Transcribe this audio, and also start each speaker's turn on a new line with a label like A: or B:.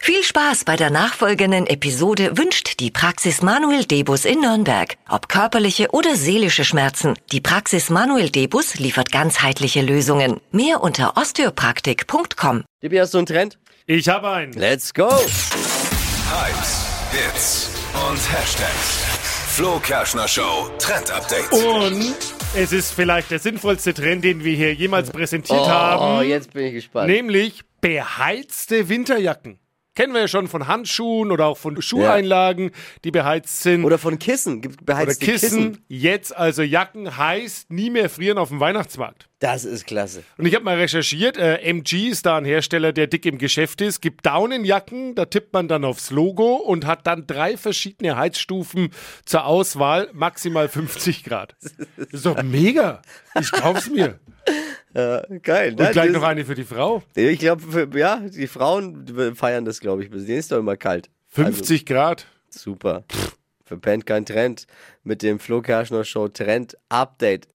A: Viel Spaß bei der nachfolgenden Episode wünscht die Praxis Manuel Debus in Nürnberg. Ob körperliche oder seelische Schmerzen, die Praxis Manuel Debus liefert ganzheitliche Lösungen. Mehr unter osteopraktik.com.
B: Dippi, hast du einen Trend?
C: Ich habe einen.
B: Let's go!
D: Hypes, Hits und Hashtags. Flo Kerschner Show Trend Update.
C: Und es ist vielleicht der sinnvollste Trend, den wir hier jemals präsentiert
B: Oh,
C: haben,
B: jetzt bin ich gespannt.
C: nämlich beheizte Winterjacken. Kennen wir ja schon von Handschuhen oder auch von Schuheinlagen, die beheizt sind.
B: Oder von Kissen. Gibt
C: Oder
B: beheizte
C: Kissen. Jetzt also Jacken heißt nie mehr frieren auf dem Weihnachtsmarkt.
B: Das ist klasse.
C: Und ich habe mal recherchiert, äh, MG ist da ein Hersteller, der dick im Geschäft ist, gibt Daunenjacken, da tippt man dann aufs Logo und hat dann drei verschiedene Heizstufen zur Auswahl, maximal 50 Grad. Das ist doch mega. Ich kauf's mir.
B: Geil. ne?
C: Und gleich noch eine für die Frau.
B: Ich glaube, ja, die Frauen feiern das, glaube ich. Bis denen ist doch immer kalt.
C: 50 Grad.
B: Also, super. Verpennt kein Trend mit dem Flo Kerschner Show Trend Update.